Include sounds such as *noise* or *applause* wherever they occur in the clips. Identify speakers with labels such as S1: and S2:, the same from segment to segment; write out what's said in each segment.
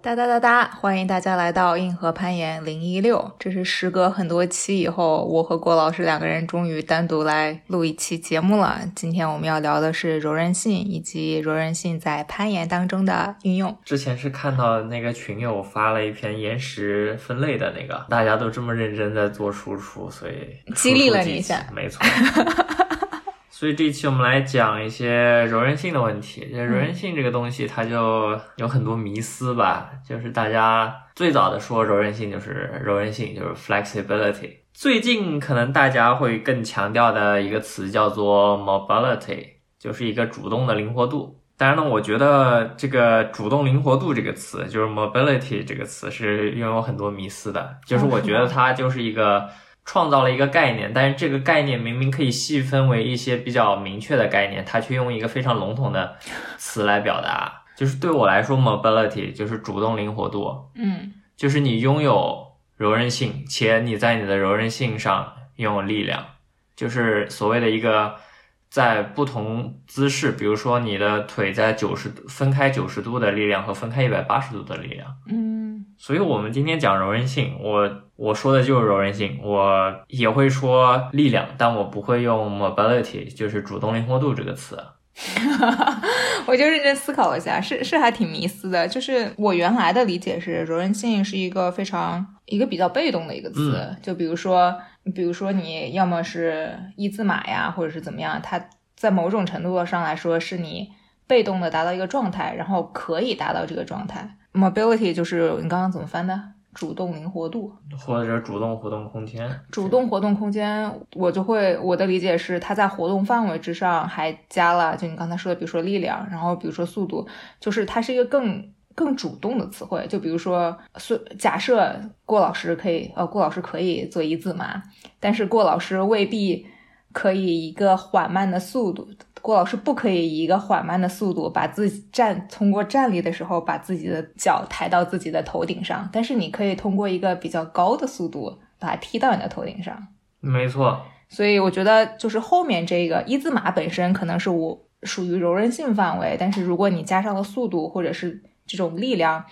S1: 哒哒哒哒！欢迎大家来到硬核攀岩零一六，这是时隔很多期以后，我和郭老师两个人终于单独来录一期节目了。今天我们要聊的是柔韧性以及柔韧性在攀岩当中的运用。
S2: 之前是看到那个群友发了一篇岩石分类的那个，大家都这么认真在做输出，所以
S1: *laughs* 激励了你一
S2: 一
S1: 下
S2: 没错。
S1: *laughs*
S2: 所以这一期我们来讲一些柔韧性的问题。这柔韧性这个东西，它就有很多迷思吧。就是大家最早的说柔韧性就是柔韧性，就是 flexibility。最近可能大家会更强调的一个词叫做 mobility，就是一个主动的灵活度。当然呢，我觉得这个主动灵活度这个词，就是 mobility 这个词是拥有很多迷思的。嗯就是我觉得它就是一个创造了一个概念，但是这个概念明明可以细分为一些比较明确的概念，它却用一个非常笼统的词来表达。就是对我来说，mobility 就是主动灵活度，
S1: 嗯
S2: 就是你拥有柔韧性，且你在你的柔韧性上拥有力量，就是所谓的一个在不同姿势，比如说你的腿在九十度分开九十度的力量和分开一百八十度的力量。
S1: 嗯
S2: 所以，我们今天讲柔韧性，我我说的就是柔韧性，我也会说力量，但我不会用 mobility，就是主动灵活度这个词。
S1: *laughs* 我就认真思考了一下，是是还挺迷思的。就是我原来的理解是，柔韧性是一个非常一个比较被动的一个词，
S2: 嗯
S1: 就比如说，比如说你要么是一字马呀，或者是怎么样，它在某种程度上来说是你被动的达到一个状态，然后可以达到这个状态。mobility 就是你刚刚怎么翻的？主动灵活度，
S2: 或者主动活动空间，
S1: 主动活动空间，我就会我的理解是，它在活动范围之上还加了，就你刚才说的，比如说力量，然后比如说速度，就是它是一个更更主动的词汇。就比如说，呃虽假设郭老师可以，呃，郭老师可以做一字马，但是郭老师未必可以一个缓慢的速度，郭老师不可以以一个缓慢的速度把自己站通过站立的时候把自己的脚抬到自己的头顶上，但是你可以通过一个比较高的速度把它踢到你的头顶上。
S2: 没错，
S1: 所以我觉得就是后面这个一字马本身可能是我属于柔韧性范围，但是如果你加上了速度或者是这种力量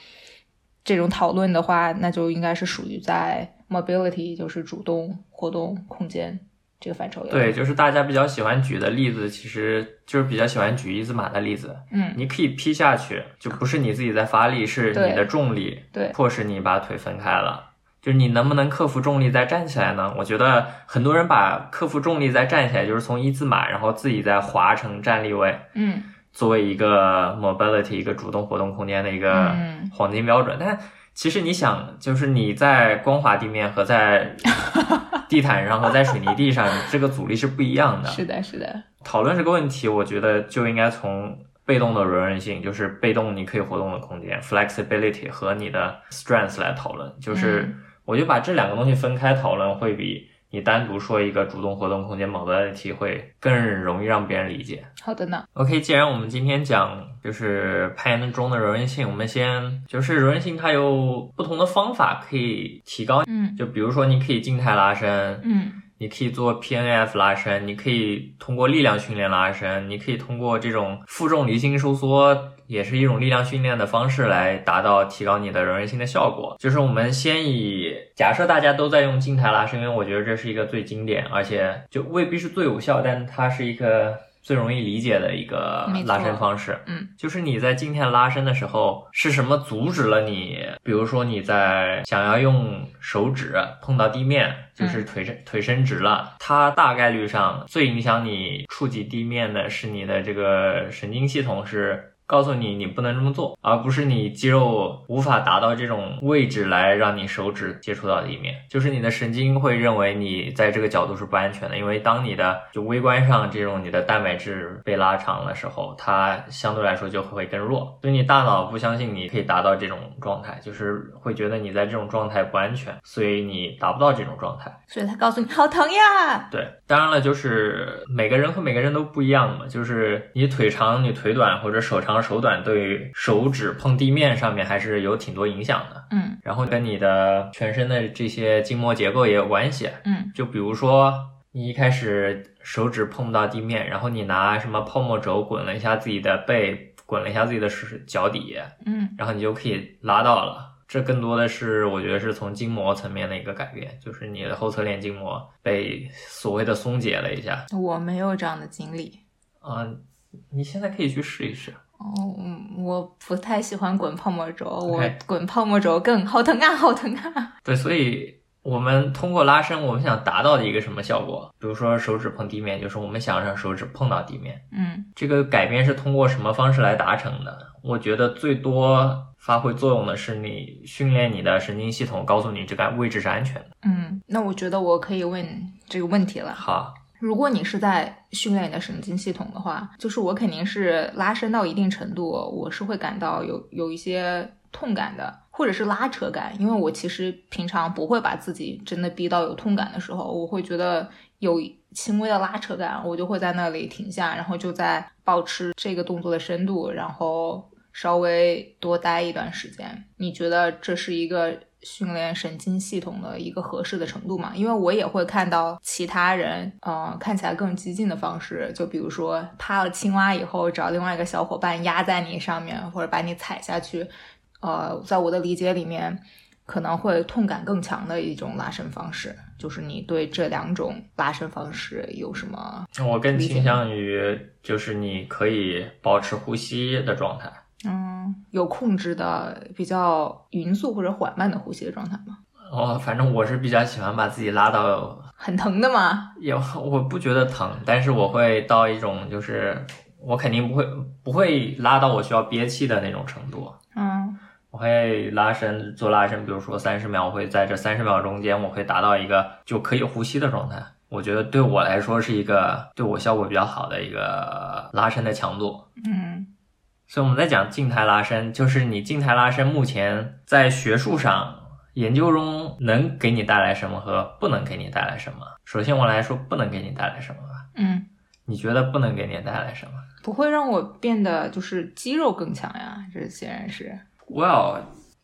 S1: 这种讨论的话，那就应该是属于在 mobility 就是主动活动空间这个范畴里了。
S2: 对，就是大家比较喜欢举的例子，其实就是比较喜欢举一字马的例子。
S1: 嗯，
S2: 你可以劈下去，就不是你自己在发力，是
S1: 对
S2: 你的重力
S1: 对
S2: 迫使你把腿分开了。就是你能不能克服重力再站起来呢？我觉得很多人把克服重力再站起来，就是从一字马，然后自己再滑成站立位，
S1: 嗯。
S2: 作为一个 mobility 一个主动活动空间的一个
S1: 嗯
S2: 黄金标准。但其实你想，就是你在光滑地面和在
S1: *laughs*
S2: 地毯上和在水泥地上，这个阻力是不一样的。
S1: 是的，是的，
S2: 讨论这个问题，我觉得就应该从被动的柔韧性，就是被动你可以活动的空间 （flexibility） 和你的 strength 来讨论。就是
S1: 嗯
S2: 我就把这两个东西分开讨论，会比你单独说一个主动活动空间 mobility 会更容易让别人理解。
S1: 好的呢。
S2: OK，既然我们今天讲就是攀岩中的柔韧性，我们先就是柔韧性它有不同的方法可以提高，
S1: 嗯
S2: 就比如说你可以静态拉伸，
S1: 嗯
S2: 你可以做 PNF 拉伸，你可以通过力量训练拉伸，你可以通过这种负重离心收缩，也是一种力量训练的方式来达到提高你的柔韧性的效果。就是我们先以假设大家都在用静态拉伸，因为我觉得这是一个最经典，而且就未必是最有效，但它是一个。最容易理解的一个
S1: 没错
S2: 拉伸方式，
S1: 嗯，
S2: 就是你在静态拉伸的时候，是什么阻止了你？比如说你在想要用手指碰到地面，
S1: 嗯
S2: 就是腿伸、腿伸直了，它大概率上最影响你触及地面的是你的这个神经系统是。告诉你，你不能这么做，而不是你肌肉无法达到这种位置来让你手指接触到地面，就是你的神经会认为你在这个角度是不安全的，因为当你的就微观上这种你的蛋白质被拉长的时候，它相对来说就会更弱，所以你大脑不相信你可以达到这种状态，就是会觉得你在这种状态不安全，所以你达不到这种状态。
S1: 所以他告诉你好疼呀。
S2: 对，当然了，就是每个人和每个人都不一样嘛，就是你腿长、你腿短或者手长手短，对于手指碰地面上面还是有挺多影响的。
S1: 嗯
S2: 然后跟你的全身的这些筋膜结构也有关系。
S1: 嗯
S2: 就比如说，你一开始手指碰不到地面，然后你拿什么泡沫轴滚了一下自己的背，滚了一下自己的手脚底，
S1: 嗯
S2: 然后你就可以拉到了。这更多的是我觉得是从筋膜层面的一个改变，就是你的后侧链筋膜被所谓的松解了一下。
S1: 我没有这样的经历。
S2: 啊、你现在可以去试一试。
S1: 哦，嗯，我不太喜欢滚泡沫轴，我
S2: OK
S1: 滚泡沫轴更好疼啊，好疼啊！
S2: 对，所以我们通过拉伸，我们想达到的一个什么效果？比如说手指碰地面，就是我们想让手指碰到地面。
S1: 嗯
S2: 这个改变是通过什么方式来达成的？我觉得最多发挥作用的是你训练你的神经系统，告诉你这个位置是安全的。
S1: 嗯，那我觉得我可以问这个问题了。
S2: 好，
S1: 如果你是在训练你的神经系统的话，就是我肯定是拉伸到一定程度，我是会感到有有一些痛感的，或者是拉扯感，因为我其实平常不会把自己真的逼到有痛感的时候，我会觉得有轻微的拉扯感，我就会在那里停下，然后就在保持这个动作的深度，然后稍微多待一段时间。你觉得这是一个训练神经系统的一个合适的程度吗？因为我也会看到其他人，呃，看起来更激进的方式，就比如说趴了青蛙以后，找另外一个小伙伴压在你上面，或者把你踩下去。呃，在我的理解里面，可能会痛感更强的一种拉伸方式。就是你对这两种拉伸方式有什么？
S2: 我更
S1: 理解
S2: 倾向于就是你可以保持呼吸的状态。
S1: 嗯，有控制的比较匀速或者缓慢的呼吸的状态吗？
S2: 哦，反正我是比较喜欢把自己拉到
S1: 很疼的吗？
S2: 有，我不觉得疼，但是我会到一种就是我肯定不会不会拉到我需要憋气的那种程度。
S1: 嗯
S2: 我会拉伸做拉伸，比如说三十秒，我会在这三十秒中间，我会达到一个就可以呼吸的状态。我觉得对我来说是一个对我效果比较好的一个拉伸的强度。
S1: 嗯
S2: 所以我们在讲静态拉伸，就是你静态拉伸目前在学术上研究中能给你带来什么和不能给你带来什么。首先我来说不能给你带来什么吧，
S1: 嗯，
S2: 你觉得不能给你带来什么
S1: 不会让我变得就是肌肉更强呀？这显然是
S2: ？Well，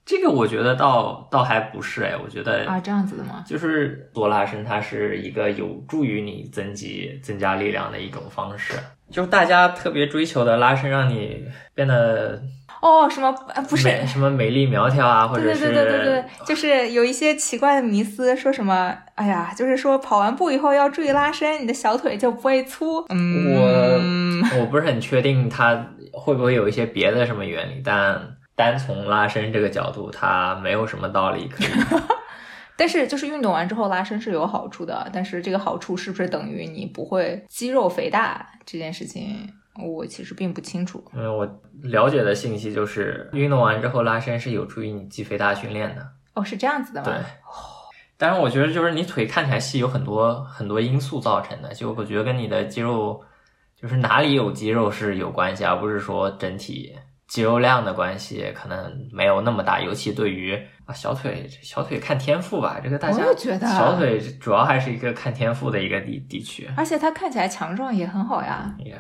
S2: 这个我觉得倒倒还不是哎，我觉得
S1: 啊，这样子的吗？
S2: 就是做拉伸，它是一个有助于你增肌、增加力量的一种方式。就是大家特别追求的拉伸，让你变得
S1: 哦，什么？啊、不是，
S2: 美什么美丽苗条啊，或
S1: 对
S2: 者
S1: 对
S2: 是
S1: 对对对对，就是有一些奇怪的迷思，说什么，哎呀，就是说跑完步以后要注意拉伸，你的小腿就不会粗。嗯，
S2: 我我不是很确定它会不会有一些别的什么原理，但单从拉伸这个角度，它没有什么道理可以。
S1: 但是就是运动完之后拉伸是有好处的，但是这个好处是不是等于你不会肌肉肥大这件事情，我其实并不清楚。
S2: 因为我了解的信息就是，运动完之后拉伸是有助于你肌肥大训练的。
S1: 哦，是这样子的吗？
S2: 对
S1: 哦
S2: 但是我觉得就是你腿看起来细，有很多很多因素造成的，就我觉得跟你的肌肉就是哪里有肌肉是有关系，而啊不是说整体肌肉量的关系可能没有那么大。尤其对于啊小腿，小腿看天赋吧，这个大家
S1: 我也觉得
S2: 小腿主要还是一个看天赋的一个地地区。
S1: 而且它看起来强壮也很好呀。
S2: 也，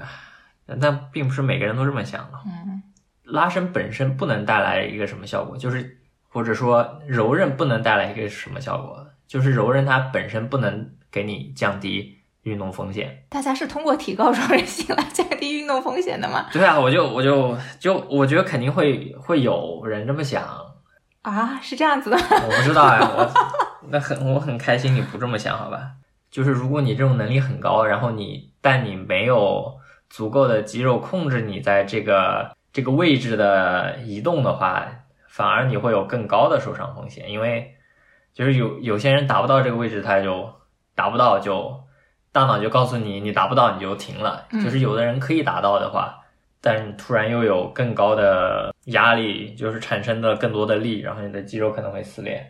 S2: 但并不是每个人都这么想的。
S1: 嗯
S2: 拉伸本身不能带来一个什么效果，就是或者说柔韧不能带来一个什么效果，就是柔韧它本身不能给你降低运动风险。
S1: 大家是通过提高柔韧性来降低运动风险的吗？
S2: 对啊，我就我就就我觉得肯定会会有人这么想，
S1: 啊，是这样子的吗。 *laughs*
S2: 我不知道呀、我那很我很开心你不这么想好吧？就是如果你这种能力很高，然后你但你没有足够的肌肉控制你在这个这个位置的移动的话，反而你会有更高的受伤风险，因为就是有有些人达不到这个位置，他就达不到就大脑就告诉你你达不到你就停了，
S1: 嗯
S2: 就是有的人可以达到的话。但你突然又有更高的压力，就是产生的更多的力，然后你的肌肉可能会撕裂。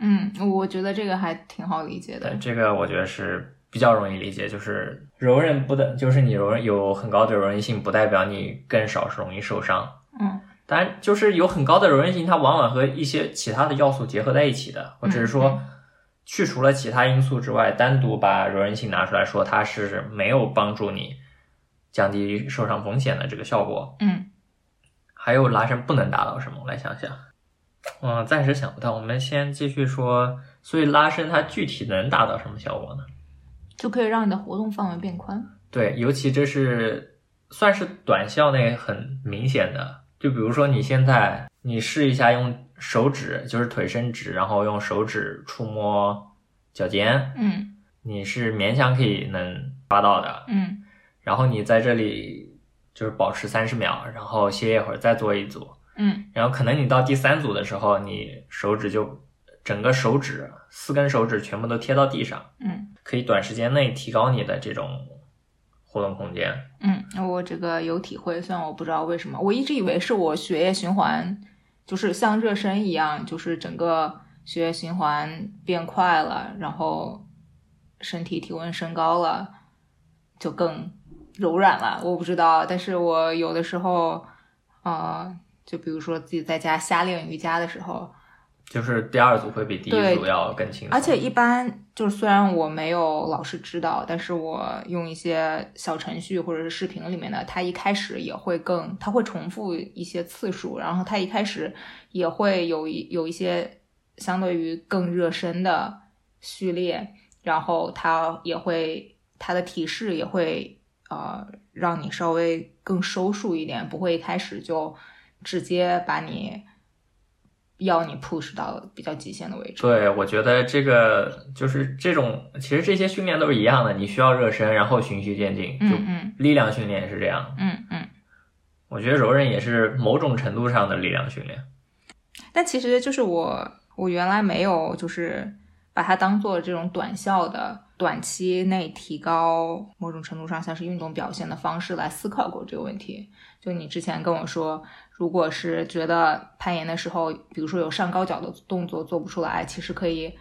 S1: 嗯，我觉得这个还挺好理解的
S2: 对，。这个我觉得是比较容易理解，就是柔韧不等，就是你柔韧有很高的柔韧性，不代表你更少容易受伤。
S1: 嗯
S2: 当然，就是有很高的柔韧性，它往往和一些其他的要素结合在一起的。我只是说，去除了其他因素之外，单独把柔韧性拿出来说，它是没有帮助你降低受伤风险的这个效果。
S1: 嗯，
S2: 还有拉伸不能达到什么？我来想想，嗯，暂时想不到。我们先继续说，所以拉伸它具体能达到什么效果呢？
S1: 就可以让你的活动范围变宽。
S2: 对，尤其这是算是短效内很明显的。就比如说你现在你试一下用手指，就是腿伸直，然后用手指触摸脚尖，
S1: 嗯
S2: 你是勉强可以能抓到的。
S1: 嗯
S2: 然后你在这里就是保持三十秒，然后歇一会儿再做一组，
S1: 嗯
S2: 然后可能你到第三组的时候，你手指就整个手指四根手指全部都贴到地上，
S1: 嗯
S2: 可以短时间内提高你的这种活动空间。
S1: 嗯，我这个有体会，虽然我不知道为什么，我一直以为是我血液循环，就是像热身一样，就是整个血液循环变快了，然后身体体温升高了，就更柔软了。我不知道，但是我有的时候，呃，就比如说自己在家瞎练瑜伽的时候，
S2: 就是第二组会比第一
S1: 对
S2: 组要更轻松，
S1: 而且一般就是虽然我没有老师指导，但是我用一些小程序或者是视频里面的，它一开始也会更，它会重复一些次数，然后它一开始也会有一有一些相对于更热身的序列，然后它也会它的提示也会呃让你稍微更收束一点，不会一开始就直接把你要你 push 到比较极限的位置。
S2: 对，我觉得这个就是这种，其实这些训练都是一样的，你需要热身，然后循序渐进。就
S1: 嗯嗯
S2: 力量训练也是这样，
S1: 嗯嗯，
S2: 我觉得柔韧也是某种程度上的力量训练。
S1: 但其实就是我，我原来没有就是把它当做这种短效的、短期内提高某种程度上像是运动表现的方式来思考过这个问题。就你之前跟我说，如果是觉得攀岩的时候，比如说有上高脚的动作做不出来，其实可以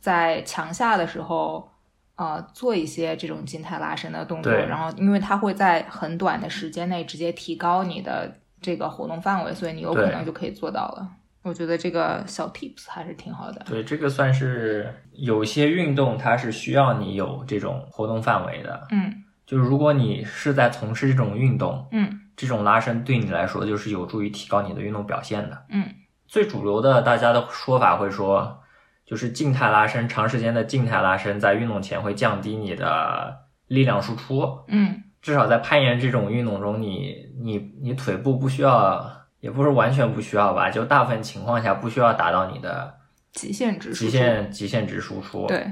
S1: 在强下的时候。呃，做一些这种静态拉伸的动作，
S2: 对
S1: 然后因为它会在很短的时间内直接提高你的这个活动范围，所以你有可
S2: 对
S1: 能就可以做到了。我觉得这个小 tips 还是挺好的。
S2: 对，这个算是有些运动，它是需要你有这种活动范围的。
S1: 嗯
S2: 就如果你是在从事这种运动，
S1: 嗯
S2: 这种拉伸对你来说就是有助于提高你的运动表现的。
S1: 嗯
S2: 最主流的大家的说法会说，就是静态拉伸，长时间的静态拉伸在运动前会降低你的力量输出。
S1: 嗯
S2: 至少在攀岩这种运动中，你你你腿部不需要，也不是完全不需要吧，就大部分情况下不需要达到你的
S1: 极限值输
S2: 极
S1: 出
S2: 限极限值输出。
S1: 对，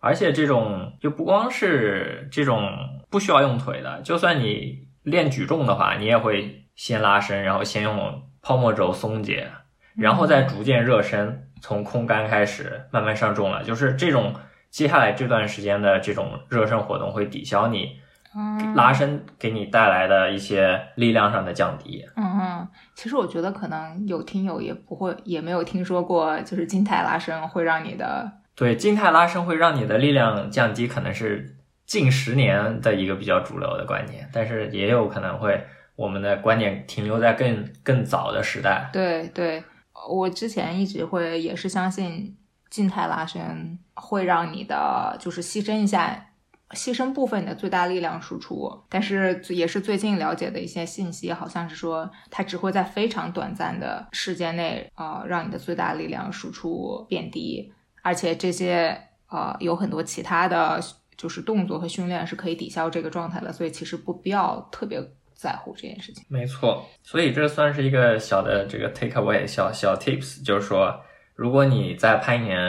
S2: 而且这种就不光是这种不需要用腿的，就算你练举重的话，你也会先拉伸，然后先用泡沫轴松解，然后再逐渐热身，从空杆开始慢慢上重了。就是这种接下来这段时间的这种热身活动会抵消你
S1: 嗯
S2: 拉伸给你带来的一些力量上的降低。
S1: 嗯嗯，其实我觉得可能有听友也不会，也没有听说过，就是静态拉伸会让你的
S2: 对，静态拉伸会让你的力量降低，可能是近十年的一个比较主流的观念，但是也有可能会我们的观点停留在更更早的时代。
S1: 对对。我之前一直会也是相信静态拉伸会让你的就是牺牲一下。牺牲部分你的最大力量输出，但是最也是最近了解的一些信息，好像是说它只会在非常短暂的时间内，呃，让你的最大力量输出变低，而且这些呃有很多其他的就是动作和训练是可以抵消这个状态的，所以其实不必要特别在乎这件事情。
S2: 没错，所以这算是一个小的这个 take away 小小 tips，就是说，如果你在攀岩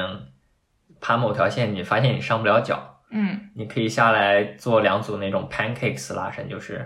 S2: 爬某条线，你发现你上不了脚，
S1: 嗯
S2: 你可以下来做两组那种 pancakes 拉伸，就是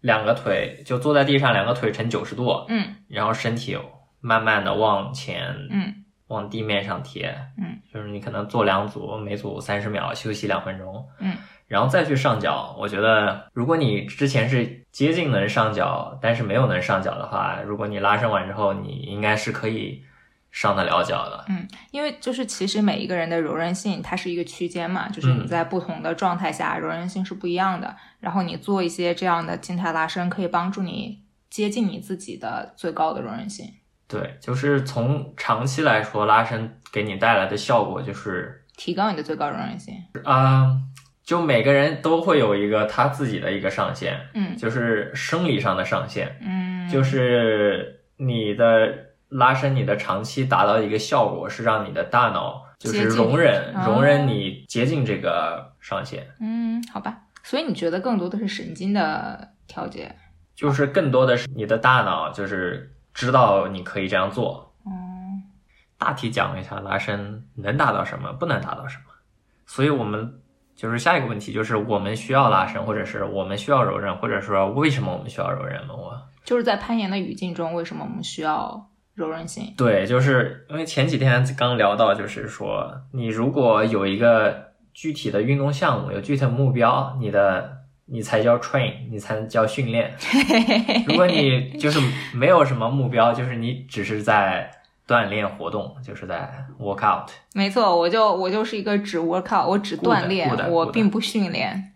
S2: 两个腿就坐在地上，两个腿呈九十度，
S1: 嗯
S2: 然后身体慢慢的往前，
S1: 嗯
S2: 往地面上贴，
S1: 嗯，
S2: 就是你可能做两组，每组三十秒，休息两分钟，
S1: 嗯
S2: 然后再去上脚。我觉得，如果你之前是接近能上脚，但是没有能上脚的话，如果你拉伸完之后，你应该是可以上得了脚的。
S1: 嗯，因为就是其实每一个人的柔韧性它是一个区间嘛，就是你
S2: 嗯
S1: 在不同的状态下、柔韧性是不一样的。然后你做一些这样的静态拉伸，可以帮助你接近你自己的最高的柔韧性。
S2: 对，就是从长期来说，拉伸给你带来的效果就是
S1: 提高你的最高柔韧性，
S2: 啊、就每个人都会有一个他自己的一个上限，
S1: 嗯
S2: 就是生理上的上限。
S1: 嗯，
S2: 就是你的拉伸，你的长期达到一个效果是让你的大脑就是容忍
S1: 接近哦
S2: 容忍你接近这个上限。
S1: 嗯，好吧。所以你觉得更多的是神经的调节。
S2: 就是更多的是你的大脑就是知道你可以这样做。
S1: 嗯，
S2: 大体讲了一下拉伸能达到什么，不能达到什么。所以我们就是下一个问题，就是我们需要拉伸，或者是我们需要柔韧，或者说为什么我们需要柔韧吗？我
S1: 就是在攀岩的语境中，为什么我们需要柔韧性？
S2: 对，就是因为前几天刚聊到，就是说你如果有一个具体的运动项目，有具体的目标，你的你才叫 train，你才叫训练。如果
S1: *laughs*
S2: 你就是没有什么目标，就是你只是在锻炼活动，就是在 work out。
S1: 没错，我就我就是一个只 workout，我只锻炼
S2: Good，good，
S1: 我
S2: good
S1: 并不训练。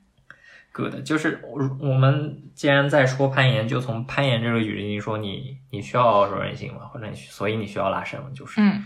S2: good，就是我我们既然在说攀岩，就从攀岩这个语境说你，你需要柔韧性嘛，或者你需所以你需要拉伸嘛，就是、
S1: 嗯，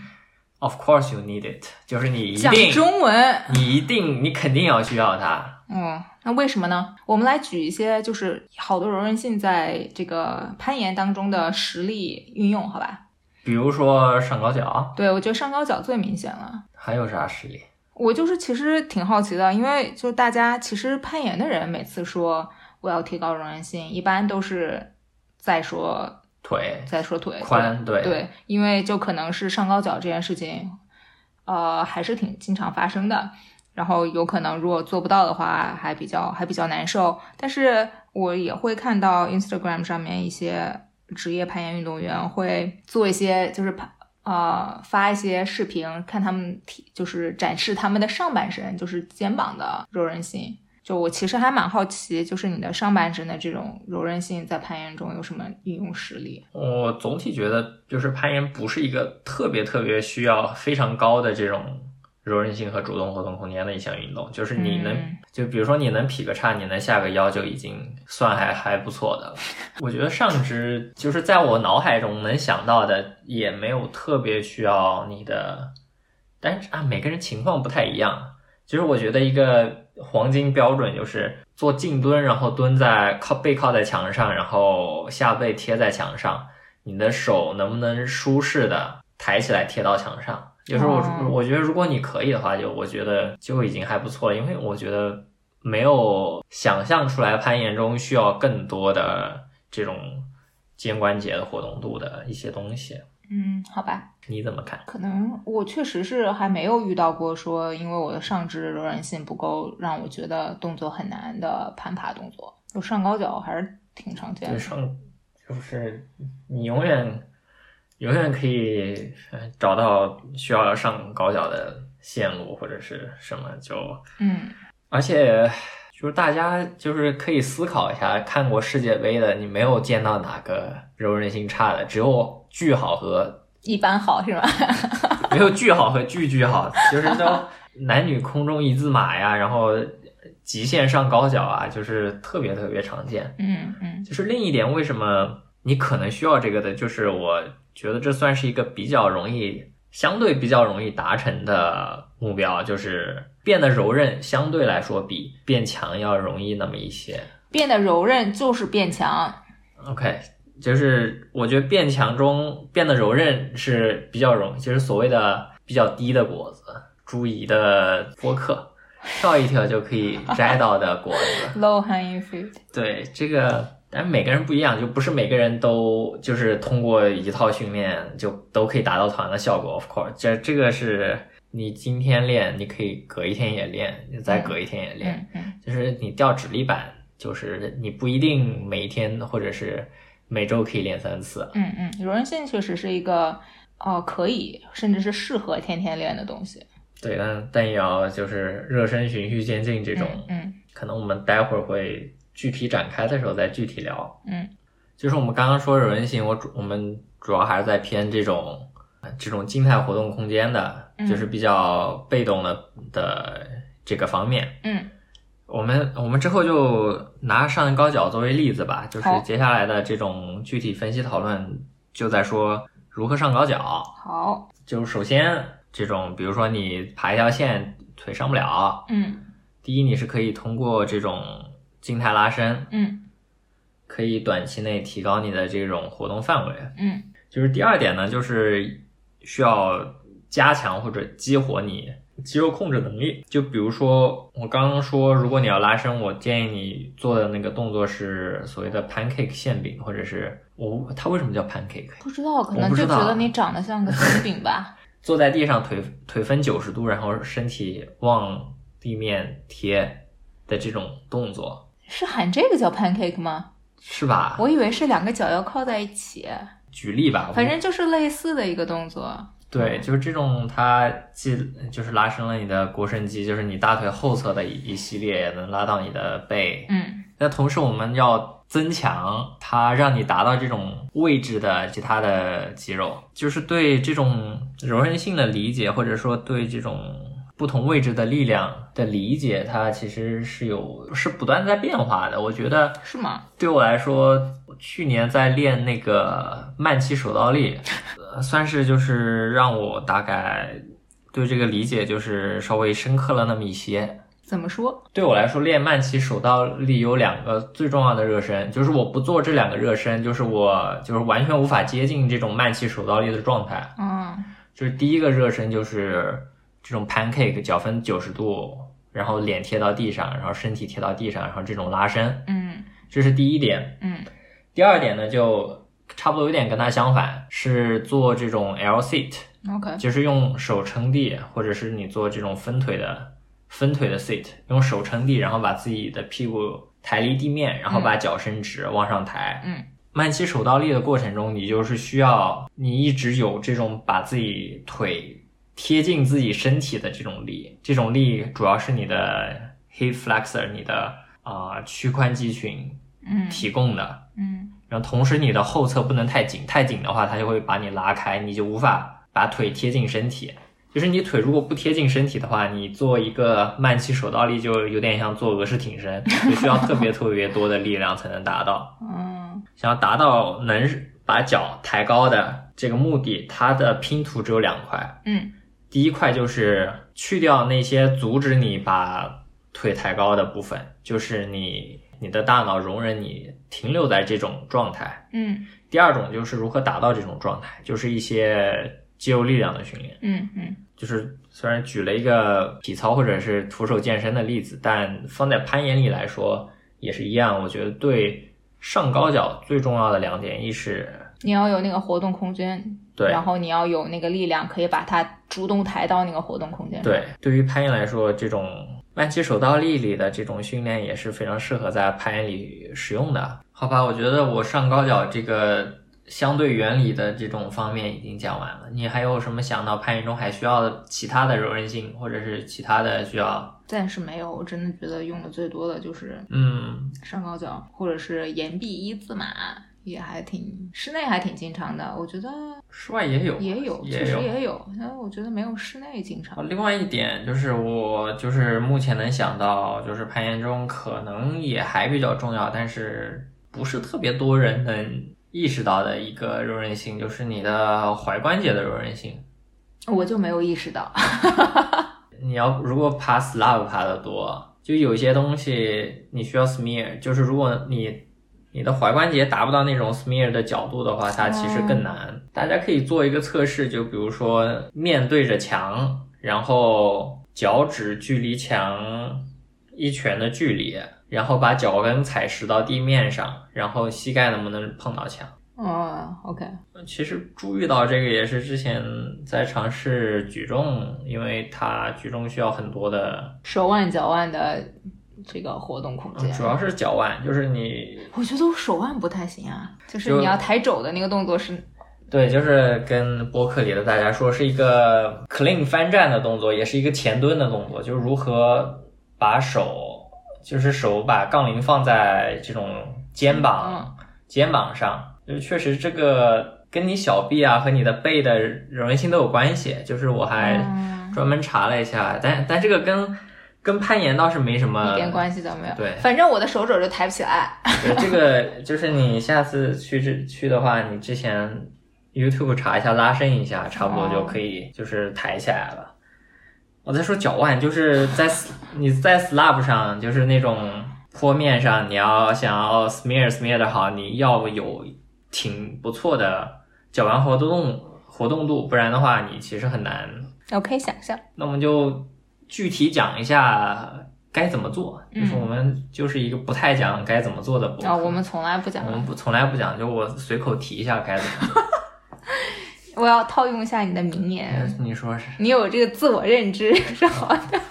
S2: of course you need it，就是你一
S1: 讲
S2: 定
S1: 中文。
S2: 你一定你肯定要需要它，
S1: 嗯，那为什么呢？我们来举一些就是好多柔韧性在这个攀岩当中的实例运用，好吧？
S2: 比如说上高脚，
S1: 对，我觉得上高脚最明显了。
S2: 还有啥实例？
S1: 我就是其实挺好奇的，因为就大家其实攀岩的人每次说我要提高柔韧性，一般都是在说
S2: 腿
S1: 在说腿
S2: 宽，对
S1: 对，因为就可能是上高脚这件事情，呃，还是挺经常发生的。然后有可能如果做不到的话，还比较还比较难受。但是我也会看到 Instagram 上面一些职业攀岩运动员会做一些就是攀。呃，发一些视频，看他们体，就是展示他们的上半身，就是肩膀的柔韧性。就我其实还蛮好奇，就是你的上半身的这种柔韧性在攀岩中有什么应用实例？
S2: 我总体觉得就是攀岩不是一个特别特别需要非常高的这种柔韧性和主动活动空间的一项运动，就是你能、
S1: 嗯
S2: 就比如说你能劈个叉，你能下个腰就已经算还还不错
S1: *laughs*
S2: 的了。我觉得上肢就是在我脑海中能想到的，也没有特别需要你的，但是啊，每个人情况不太一样。就是我觉得一个黄金标准就是做静蹲，然后蹲在靠背靠在墙上，然后下背贴在墙上，你的手能不能舒适的抬起来贴到墙上？就是我、
S1: 哦
S2: 我觉得如果你可以的话，就我觉得就已经还不错了，因为我觉得没有想象出来攀岩中需要更多的这种肩关节的活动度的一些东西，
S1: 嗯，好吧，
S2: 你怎么看？
S1: 可能我确实是还没有遇到过说，因为我的上肢柔韧性不够，让我觉得动作很难的攀爬动作。有上高脚还是挺常见
S2: 对
S1: 的。
S2: 上就是你永远永远可以呃找到需要上高脚的线路或者是什么就，
S1: 嗯，
S2: 而且就是大家就是可以思考一下，看过世界杯的你没有见到哪个柔韧性差的，只有巨好和
S1: 一般好是吧？ *laughs*
S2: 没有巨好和巨巨好，就是都男女空中一字马呀，然后极限上高脚啊，就是特别特别常见。
S1: 嗯嗯
S2: 就是另一点，为什么你可能需要这个的，就是我觉得这算是一个比较容易、相对比较容易达成的目标，就是变得柔韧，相对来说比变强要容易那么一些。
S1: 变得柔韧就是变强。
S2: OK，就是我觉得变强中变得柔韧是比较容易，就是所谓的比较低的果子，朱怡的播客，跳一跳就可以摘到的果子。
S1: Low hanging fruit。
S2: 对这个，但每个人不一样，就不是每个人都就是通过一套训练就都可以达到同样的效果。Of course，这这个是你今天练，你可以隔一天也练，你再隔一天也练。
S1: 嗯嗯
S2: 就是你吊指力板，就是你不一定每一天或者是每周可以练三次。
S1: 嗯嗯，柔韧性确实是一个呃可以甚至是适合天天练的东西。
S2: 对，但但也要就是热身循序渐进这种，
S1: 嗯
S2: 可能我们待会儿会具体展开的时候再具体聊。
S1: 嗯
S2: 就是我们刚刚说柔韧性，我主我们主要还是在偏这种呃这种静态活动空间的，
S1: 嗯
S2: 就是比较被动的的这个方面。
S1: 嗯
S2: 我们我们之后就拿上高脚作为例子吧，就是
S1: 好
S2: 接下来的这种具体分析讨论就在说如何上高脚。
S1: 嗯，好。
S2: 就是首先这种，比如说你爬一条线腿上不了，
S1: 嗯
S2: 第一你是可以通过这种静态拉伸，
S1: 嗯
S2: 可以短期内提高你的这种活动范围。
S1: 嗯
S2: 就是第二点呢，就是需要加强或者激活你肌肉控制能力。就比如说我刚刚说，如果你要拉伸，我建议你做的那个动作是所谓的 pancake 馅饼，或者是我它为什么叫 pancake？
S1: 不知道，可
S2: 我
S1: 能
S2: 不
S1: 就
S2: 知道
S1: 觉得你长得像个馅饼吧。
S2: 坐在地上腿腿分九十度，然后身体往地面贴的这种动作，
S1: 是喊这个叫 pancake 吗？
S2: 是吧？
S1: 我以为是两个脚要靠在一起，
S2: 举例吧，我
S1: 反正就是类似的一个动作。
S2: 对，就是这种，它既就是拉伸了你的腘绳肌，就是你大腿后侧的一一系列，也能拉到你的背。
S1: 嗯，
S2: 那同时，我们要增强它让你达到这种位置的其他的肌肉，就是对这种柔韧性的理解，或者说对这种不同位置的力量的理解，它其实是有是不断在变化的。我觉得
S1: 是吗？
S2: 对我来说，去年在练那个慢骑手倒立，呃，算是就是让我大概对这个理解就是稍微深刻了那么一些。
S1: 怎么说？
S2: 对我来说，练慢骑手倒立有两个最重要的热身，就是我不做这两个热身，就是我就是完全无法接近这种慢骑手倒立的状态。
S1: 嗯
S2: 就是第一个热身就是这种 pancake 脚分九十度，然后脸贴到地上，然后身体贴到地上，然后这种拉伸，
S1: 嗯
S2: 这是第一点。
S1: 嗯
S2: 第二点呢，就差不多有点跟它相反，是做这种 L sit，
S1: ，OK，
S2: 就是用手撑地，或者是你做这种分腿的分腿的 sit，用手撑地，然后把自己的屁股抬离地面，然后把脚伸直、往上抬。
S1: 嗯
S2: 慢骑手倒立的过程中，你就是需要你一直有这种把自己腿贴近自己身体的这种力，这种力主要是你的 hip flexor，你的啊、呃屈髋肌群
S1: 嗯
S2: 提供的。
S1: 嗯
S2: 然后同时你的后侧不能太紧，太紧的话它就会把你拉开，你就无法把腿贴近身体。就是你腿如果不贴近身体的话，你做一个慢骑手倒立就有点像做俄式挺身，就需要特别特别多的力量才能达到。
S1: 嗯
S2: 想要达到能把脚抬高的这个目的，它的拼图只有两块，
S1: 嗯
S2: 第一块就是去掉那些阻止你把腿抬高的部分，就是你你的大脑容忍你停留在这种状态。
S1: 嗯
S2: 第二种就是如何达到这种状态，就是一些肌肉力量的训练。
S1: 嗯嗯
S2: 就是虽然举了一个体操或者是徒手健身的例子，但放在攀岩里来说也是一样。我觉得对上高脚最重要的两点，一是
S1: 你要有那个活动空间，
S2: 对
S1: 然后你要有那个力量，可以把它主动抬到那个活动空间。，
S2: 对，对于攀岩来说，这种慢骑手倒立里的这种训练也是非常适合在攀岩里使用的。好吧，我觉得我上高脚这个相对原理的这种方面已经讲完了。你还有什么想到攀岩中还需要的其他的柔韧性，或者是其他的需要？
S1: 暂时没有，我真的觉得用的最多的就是
S2: 嗯，
S1: 上高脚或者是岩壁一字马，也还挺室内还挺经常的，我觉得
S2: 室外也有，
S1: 也有，
S2: 也
S1: 确实
S2: 有
S1: 也有，但我觉得没有室内经常。
S2: 呃另外一点就是，我就是目前能想到，就是攀岩中可能也还比较重要，但是不是特别多人能意识到的一个柔韧性，就是你的踝关节的柔韧性。哦
S1: 我就没有意识到， *laughs*
S2: 你要如果爬 slab 爬得多，就有一些东西你需要 smear，就是如果你你的踝关节达不到那种 smear 的角度的话，它其实更难。大家可以做一个测试，就比如说面对着墙，然后脚趾距离墙一拳的距离，然后把脚跟踩实到地面上，然后膝盖能不能碰到墙？
S1: 哦，OK，
S2: 其实注意到这个也是之前在尝试举重，因为它举重需要很多的，
S1: 手腕脚腕的这个活动空间，
S2: 嗯主要是脚腕，就是你
S1: 我觉得我手腕不太行啊，就是
S2: 就
S1: 你要抬肘的那个动作是，
S2: 对，就是跟播客里的大家说是一个 clean 翻站的动作，也是一个前蹲的动作，就是如何把手，就是手把杠铃放在这种肩膀、
S1: 嗯
S2: 肩膀上，就是确实这个跟你小臂啊和你的背的柔韧性都有关系。就是我还。
S1: 嗯，
S2: 专门查了一下，但但这个跟跟攀岩倒是没什么
S1: 一点关系都没有。
S2: 呃对
S1: 反正我的手肘就抬不起来。
S2: 对，这个就是你下次去之去的话，你之前 YouTube 查一下拉伸一下，差不多
S1: 哦
S2: 就可以就是抬起来了。我在说脚腕，就是在 s- 你在 slab 上，就是那种坡面上，你要想要 smear smear 的好，你要有挺不错的脚腕活动活动度，不然的话你其实很难。
S1: 我可以想象，
S2: 那我们就具体讲一下该怎么做，
S1: 嗯
S2: 就是我们就是一个不太讲该怎么做的博客。
S1: 啊、我们从来不讲
S2: 我，们不从来不讲，就我随口提一下该怎么做。
S1: 我要套用一下你的名言，
S2: *laughs* 你说是？
S1: 你有这个自我认知
S2: 嗯
S1: 是好的，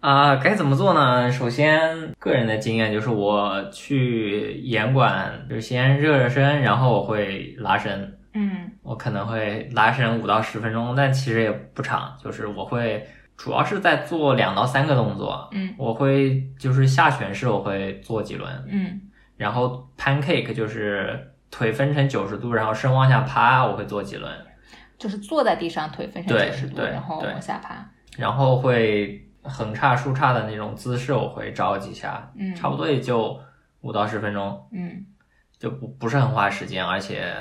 S2: 啊，该怎么做呢？首先，个人的经验就是我去严管，就是先热热身，然后我会拉伸，
S1: 嗯
S2: 我可能会拉伸五到十分钟，但其实也不长，就是我会主要是在做两到三个动作，
S1: 嗯
S2: 我会就是下犬式我会做几轮，
S1: 嗯
S2: 然后 pancake 就是腿分成九十度，然后身往下趴，我会做几轮，
S1: 就是坐在地上，腿分成
S2: 对
S1: 九十度，
S2: 对
S1: 然后
S2: 对
S1: 往下爬，
S2: 然后会横叉竖叉的那种姿势我会找几下，
S1: 嗯，
S2: 差不多也就五到十分钟。
S1: 嗯
S2: 就不不是很花时间，而且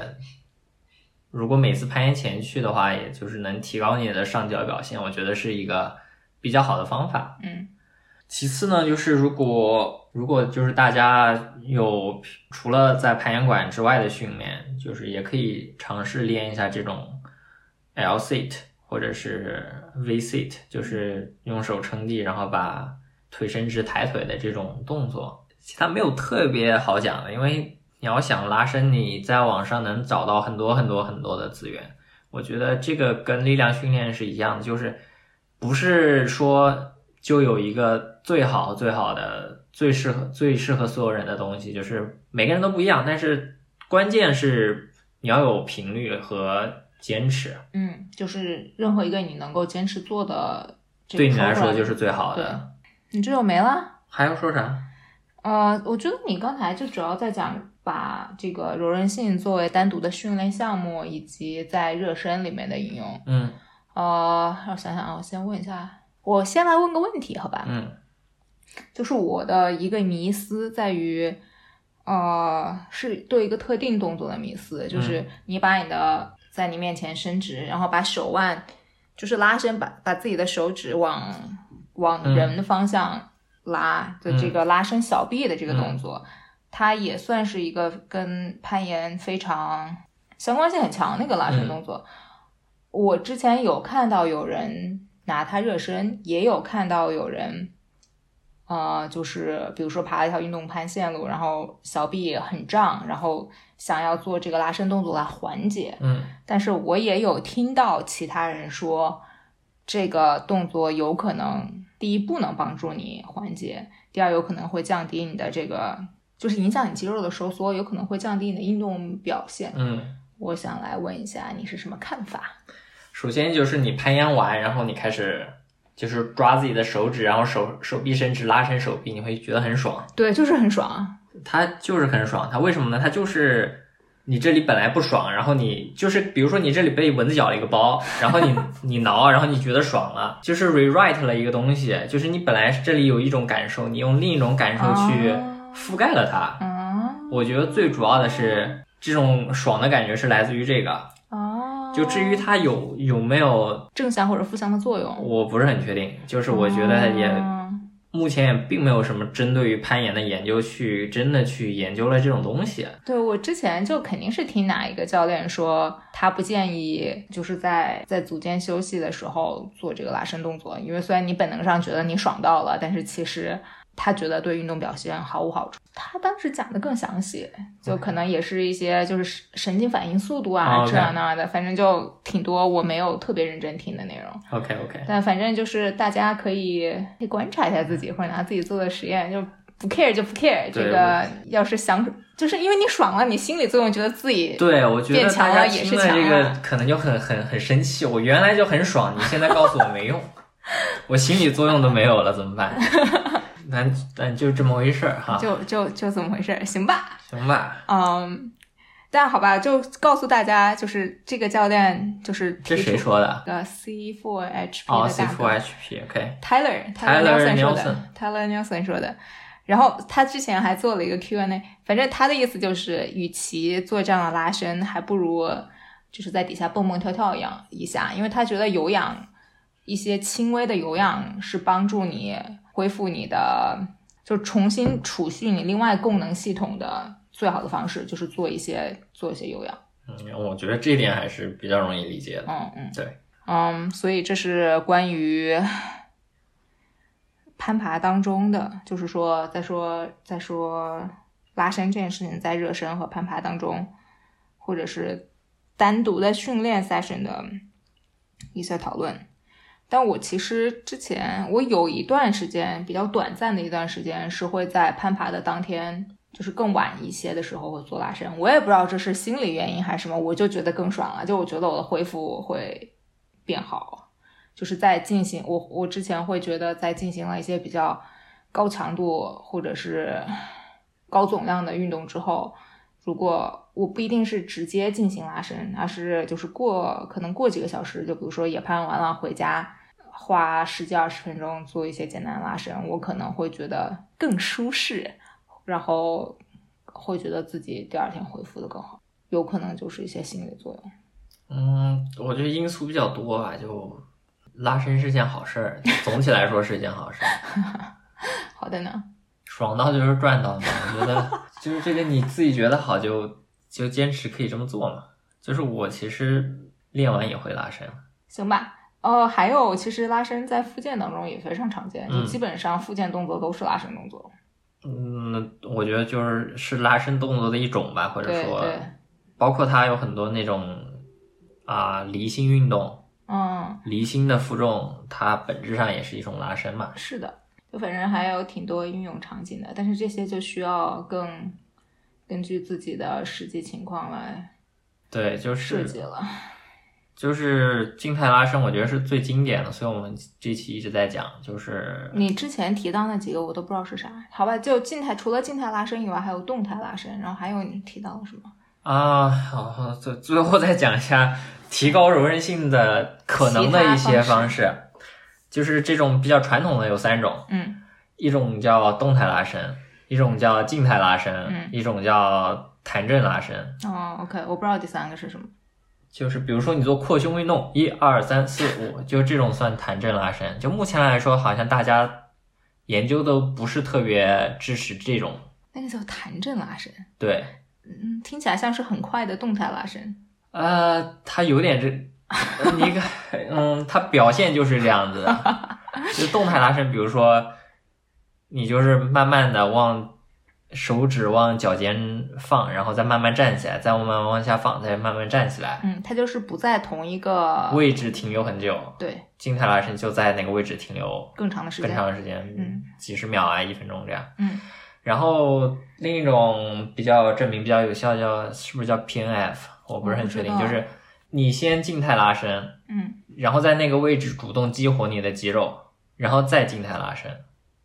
S2: 如果每次攀岩前去的话，也就是能提高你的上脚表现，我觉得是一个比较好的方法。
S1: 嗯
S2: 其次呢，就是如果如果就是大家有除了在攀岩馆之外的训练，就是也可以尝试练一下这种 L sit 或者是 V sit，就是用手撑地，然后把腿伸直抬腿的这种动作。其他没有特别好讲的，因为你要想拉伸，你在网上能找到很多很多很多的资源。我觉得这个跟力量训练是一样的，就是不是说就有一个最好最好的、最适合最适合所有人的东西，就是每个人都不一样。但是关键是你要有频率和坚持，
S1: 嗯，就是任何一个你能够坚持做的，
S2: 对你来说就是最好
S1: 对
S2: 的。
S1: 你这就没了。
S2: 还要说啥？
S1: 呃，我觉得你刚才就主要在讲把这个柔韧性作为单独的训练项目，以及在热身里面的应用。
S2: 嗯
S1: 呃，让我想想啊，我先问一下，我先来问个问题，好吧？
S2: 嗯
S1: 就是我的一个迷思在于，呃，是对一个特定动作的迷思，就是你把你的在你面前伸直，然后把手腕就是拉伸，把把自己的手指往往
S2: 嗯
S1: 人的方向拉的这个拉伸小臂的这个动作，它也算是一个跟攀岩非常相关性很强的一个拉伸动作。我之前有看到有人拿它热身，也有看到有人，呃，就是比如说爬了一条运动攀线路，然后小臂很胀，然后想要做这个拉伸动作来缓解。
S2: 嗯
S1: 但是我也有听到其他人说，这个动作有可能第一不能帮助你缓解，第二有可能会降低你的这个，就是影响你肌肉的收缩，有可能会降低你的运动表现。
S2: 嗯。
S1: 我想来问一下你是什么看法？
S2: 首先就是你攀岩完，然后你开始就是抓自己的手指，然后手手臂伸直拉伸手臂，你会觉得很爽。
S1: 对，就是很爽啊。
S2: 它就是很爽，它为什么呢？它就是你这里本来不爽，然后你就是比如说你这里被蚊子咬了一个包，然后你你挠，然后你觉得爽了，就是 rewrite 了一个东西，就是你本来这里有一种感受，你用另一种感受去
S1: 哦
S2: 覆盖了它。
S1: 啊
S2: 我觉得最主要的是这种爽的感觉是来自于这个，
S1: 啊！
S2: 就至于它有有没有
S1: 正向或者负向的作用，
S2: 我不是很确定，就是我觉得也、
S1: 啊
S2: 目前也并没有什么针对于攀岩的研究去真的去研究了这种东西。
S1: 对我之前就肯定是听哪一个教练说，他不建议就是在在组间休息的时候做这个拉伸动作，因为虽然你本能上觉得你爽到了，但是其实他觉得对运动表现毫无好处。他当时讲的更详细，就可能也是一些就是神神经反应速度啊、
S2: 哦，OK
S1: 这样那样的，反正就挺多我没有特别认真听的内容。
S2: OK OK，
S1: 但反正就是大家可以可以观察一下自己，或者拿自己做的实验，就不 care 就不 care。这
S2: 嗯对
S1: 个要是想，就是因为你爽了，你心理作用觉得自己
S2: 对我觉
S1: 变
S2: 得
S1: 强
S2: 大
S1: 了
S2: 家
S1: 也
S2: 听
S1: 是
S2: 了
S1: 强啊
S2: 这个
S1: 了
S2: 可能就很很很生气。我原来就很爽，你现在告诉我没用，
S1: *laughs*
S2: 我心理作用都没有了，怎么办？ *laughs* 那那就这么回事儿哈，
S1: 就就就怎么回事儿，行吧？
S2: 行吧？
S1: 嗯，但好吧，就告诉大家，就是这个教练就是
S2: 这
S1: 提
S2: 谁
S1: 出
S2: 说的？
S1: 个 C 4 H P
S2: 哦
S1: 的大哥、
S2: ，C4HP OK，
S1: Tyler
S2: Tyler
S1: Nelson 说
S2: Nelson
S1: 的，Tyler Nelson 说的。然后他之前还做了一个 Q&A，反正他的意思就是，与其做这样的拉伸，还不如就是在底下蹦蹦跳跳一样一下，因为他觉得有氧一些轻微的有氧是帮助你恢复你的，就重新储蓄你另外功能系统的最好的方式，就是做一些做一些有氧。
S2: 嗯，我觉得这一点还是比较容易理解的。
S1: 嗯嗯，
S2: 对，
S1: 嗯，所以这是关于攀爬当中的，就是说，再说再说拉伸这件事情，在热身和攀爬当中，或者是单独的训练 session 的一些讨论。但我其实之前我有一段时间比较短暂的一段时间是会在攀爬的当天，就是更晚一些的时候会做拉伸。我也不知道这是心理原因还是什么，我就觉得更爽了，就我觉得我的恢复会变好，就是在进行我我之前会觉得在进行了一些比较高强度或者是 *sighs* 高总量的运动之后，如果我不一定是直接进行拉伸，而是就是过可能过几个小时，就比如说野攀完了回家。花十几二十分钟做一些简单拉伸，我可能会觉得更舒适，然后会觉得自己第二天恢复的更好，有可能就是一些心理作用。
S2: 嗯，我觉得因素比较多吧，就拉伸是件好事儿，总体来说是一件好事儿，
S1: 好的呢，
S2: 爽到就是赚到嘛。我觉得就是这个你自己觉得好就就坚持可以这么做嘛。就是我其实练完也会拉伸，
S1: 行吧。哦，还有，其实拉伸在复健当中也非常常见，
S2: 嗯
S1: 就基本上复健动作都是拉伸动作。
S2: 嗯，我觉得就是是拉伸动作的一种吧，或者
S1: 对
S2: 说
S1: 对，
S2: 包括它有很多那种啊、离心运动、
S1: 嗯，
S2: 离心的负重，它本质上也是一种拉伸嘛。
S1: 是的，就反正还有挺多应用场景的，但是这些就需要更根据自己的实际情况来
S2: 对，就
S1: 设
S2: 是
S1: 计了。
S2: 就是静态拉伸，我觉得是最经典的，所以我们这期一直在讲，就是
S1: 你之前提到那几个我都不知道是啥，好吧？就静态，除了静态拉伸以外，还有动态拉伸，然后还有你提到了什么？
S2: 啊，好，最最后再讲一下提高柔韧性的可能的一些
S1: 其他方
S2: 式，就是这种比较传统的有三种，
S1: 嗯
S2: 一种叫动态拉伸，一种叫静态拉伸，
S1: 嗯
S2: 一种叫弹震拉伸。
S1: 哦，OK，我不知道第三个是什么。
S2: 就是比如说你做扩胸运动，一二三四五，就这种算弹震拉伸。就目前来说，好像大家研究都不是特别支持这种。
S1: 那个叫弹震拉伸，
S2: 对，
S1: 嗯，听起来像是很快的动态拉伸。
S2: 呃，它有点这，你看，嗯，它表现就是这样子的。就动态拉伸，比如说你就是慢慢的往手指往脚尖放，然后再慢慢站起来，再慢慢往下放，再慢慢站起来，
S1: 嗯，它就是不在同一个
S2: 位置停留很久。
S1: 对
S2: 静态拉伸就在那个位置停留
S1: 更长的时
S2: 更
S1: 间。
S2: 长的时间，
S1: 嗯
S2: 几十秒啊，一分钟这样。
S1: 嗯
S2: 然后另一种比较证明比较有效叫是不是叫 PNF？我不是很确定，
S1: 我不
S2: 就
S1: 知道
S2: 是你先静态拉伸，
S1: 嗯，
S2: 然后在那个位置主动激活你的肌肉，然后再静态拉伸。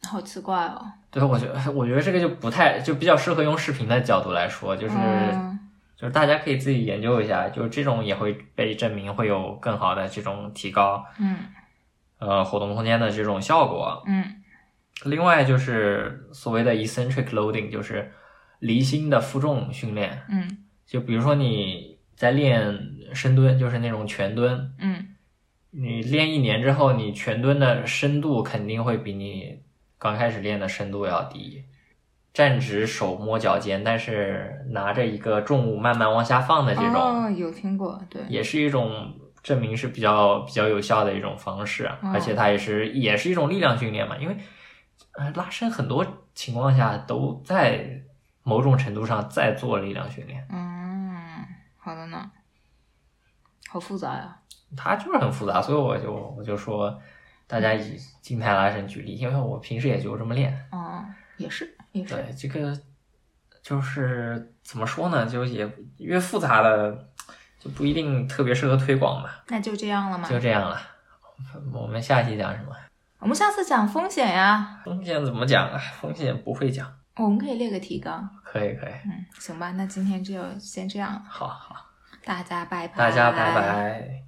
S1: 好奇怪哦。
S2: 对，我觉得 *laughs* 我觉得这个就不太就比较适合用视频的角度来说，就是、
S1: 嗯
S2: 就是大家可以自己研究一下，就是这种也会被证明会有更好的这种提高
S1: 嗯
S2: 呃活动空间的这种效果。
S1: 嗯
S2: 另外就是所谓的 eccentric loading，就是离心的负重训练。
S1: 嗯
S2: 就比如说你在练深蹲，就是那种全蹲，
S1: 嗯
S2: 你练一年之后，你全蹲的深度肯定会比你刚开始练的深度要低。站直手摸脚尖，但是拿着一个重物慢慢往下放的这种，
S1: 哦，有听过，对，
S2: 也是一种证明是比较比较有效的一种方式啊，
S1: 嗯
S2: 而且它也是也是一种力量训练嘛，因为呃拉伸很多情况下都在某种程度上在做力量训练，
S1: 嗯，好的呢，好复杂呀、
S2: 它就是很复杂，所以我就我就说大家以静态拉伸举例，因为我平时也就这么练，
S1: 哦，也是也是，
S2: 对这个就是怎么说呢，就也越复杂的就不一定特别适合推广嘛，
S1: 那就这样了嘛。
S2: 就这样了，我们下期讲什么？
S1: 我们下次讲风险呀，
S2: 风险怎么讲啊？风险不会讲，
S1: 我们可以列个提纲。
S2: 可以可以，
S1: 嗯，行吧，那今天就先这样了，
S2: 好好，
S1: 大家拜拜，
S2: 大家拜拜。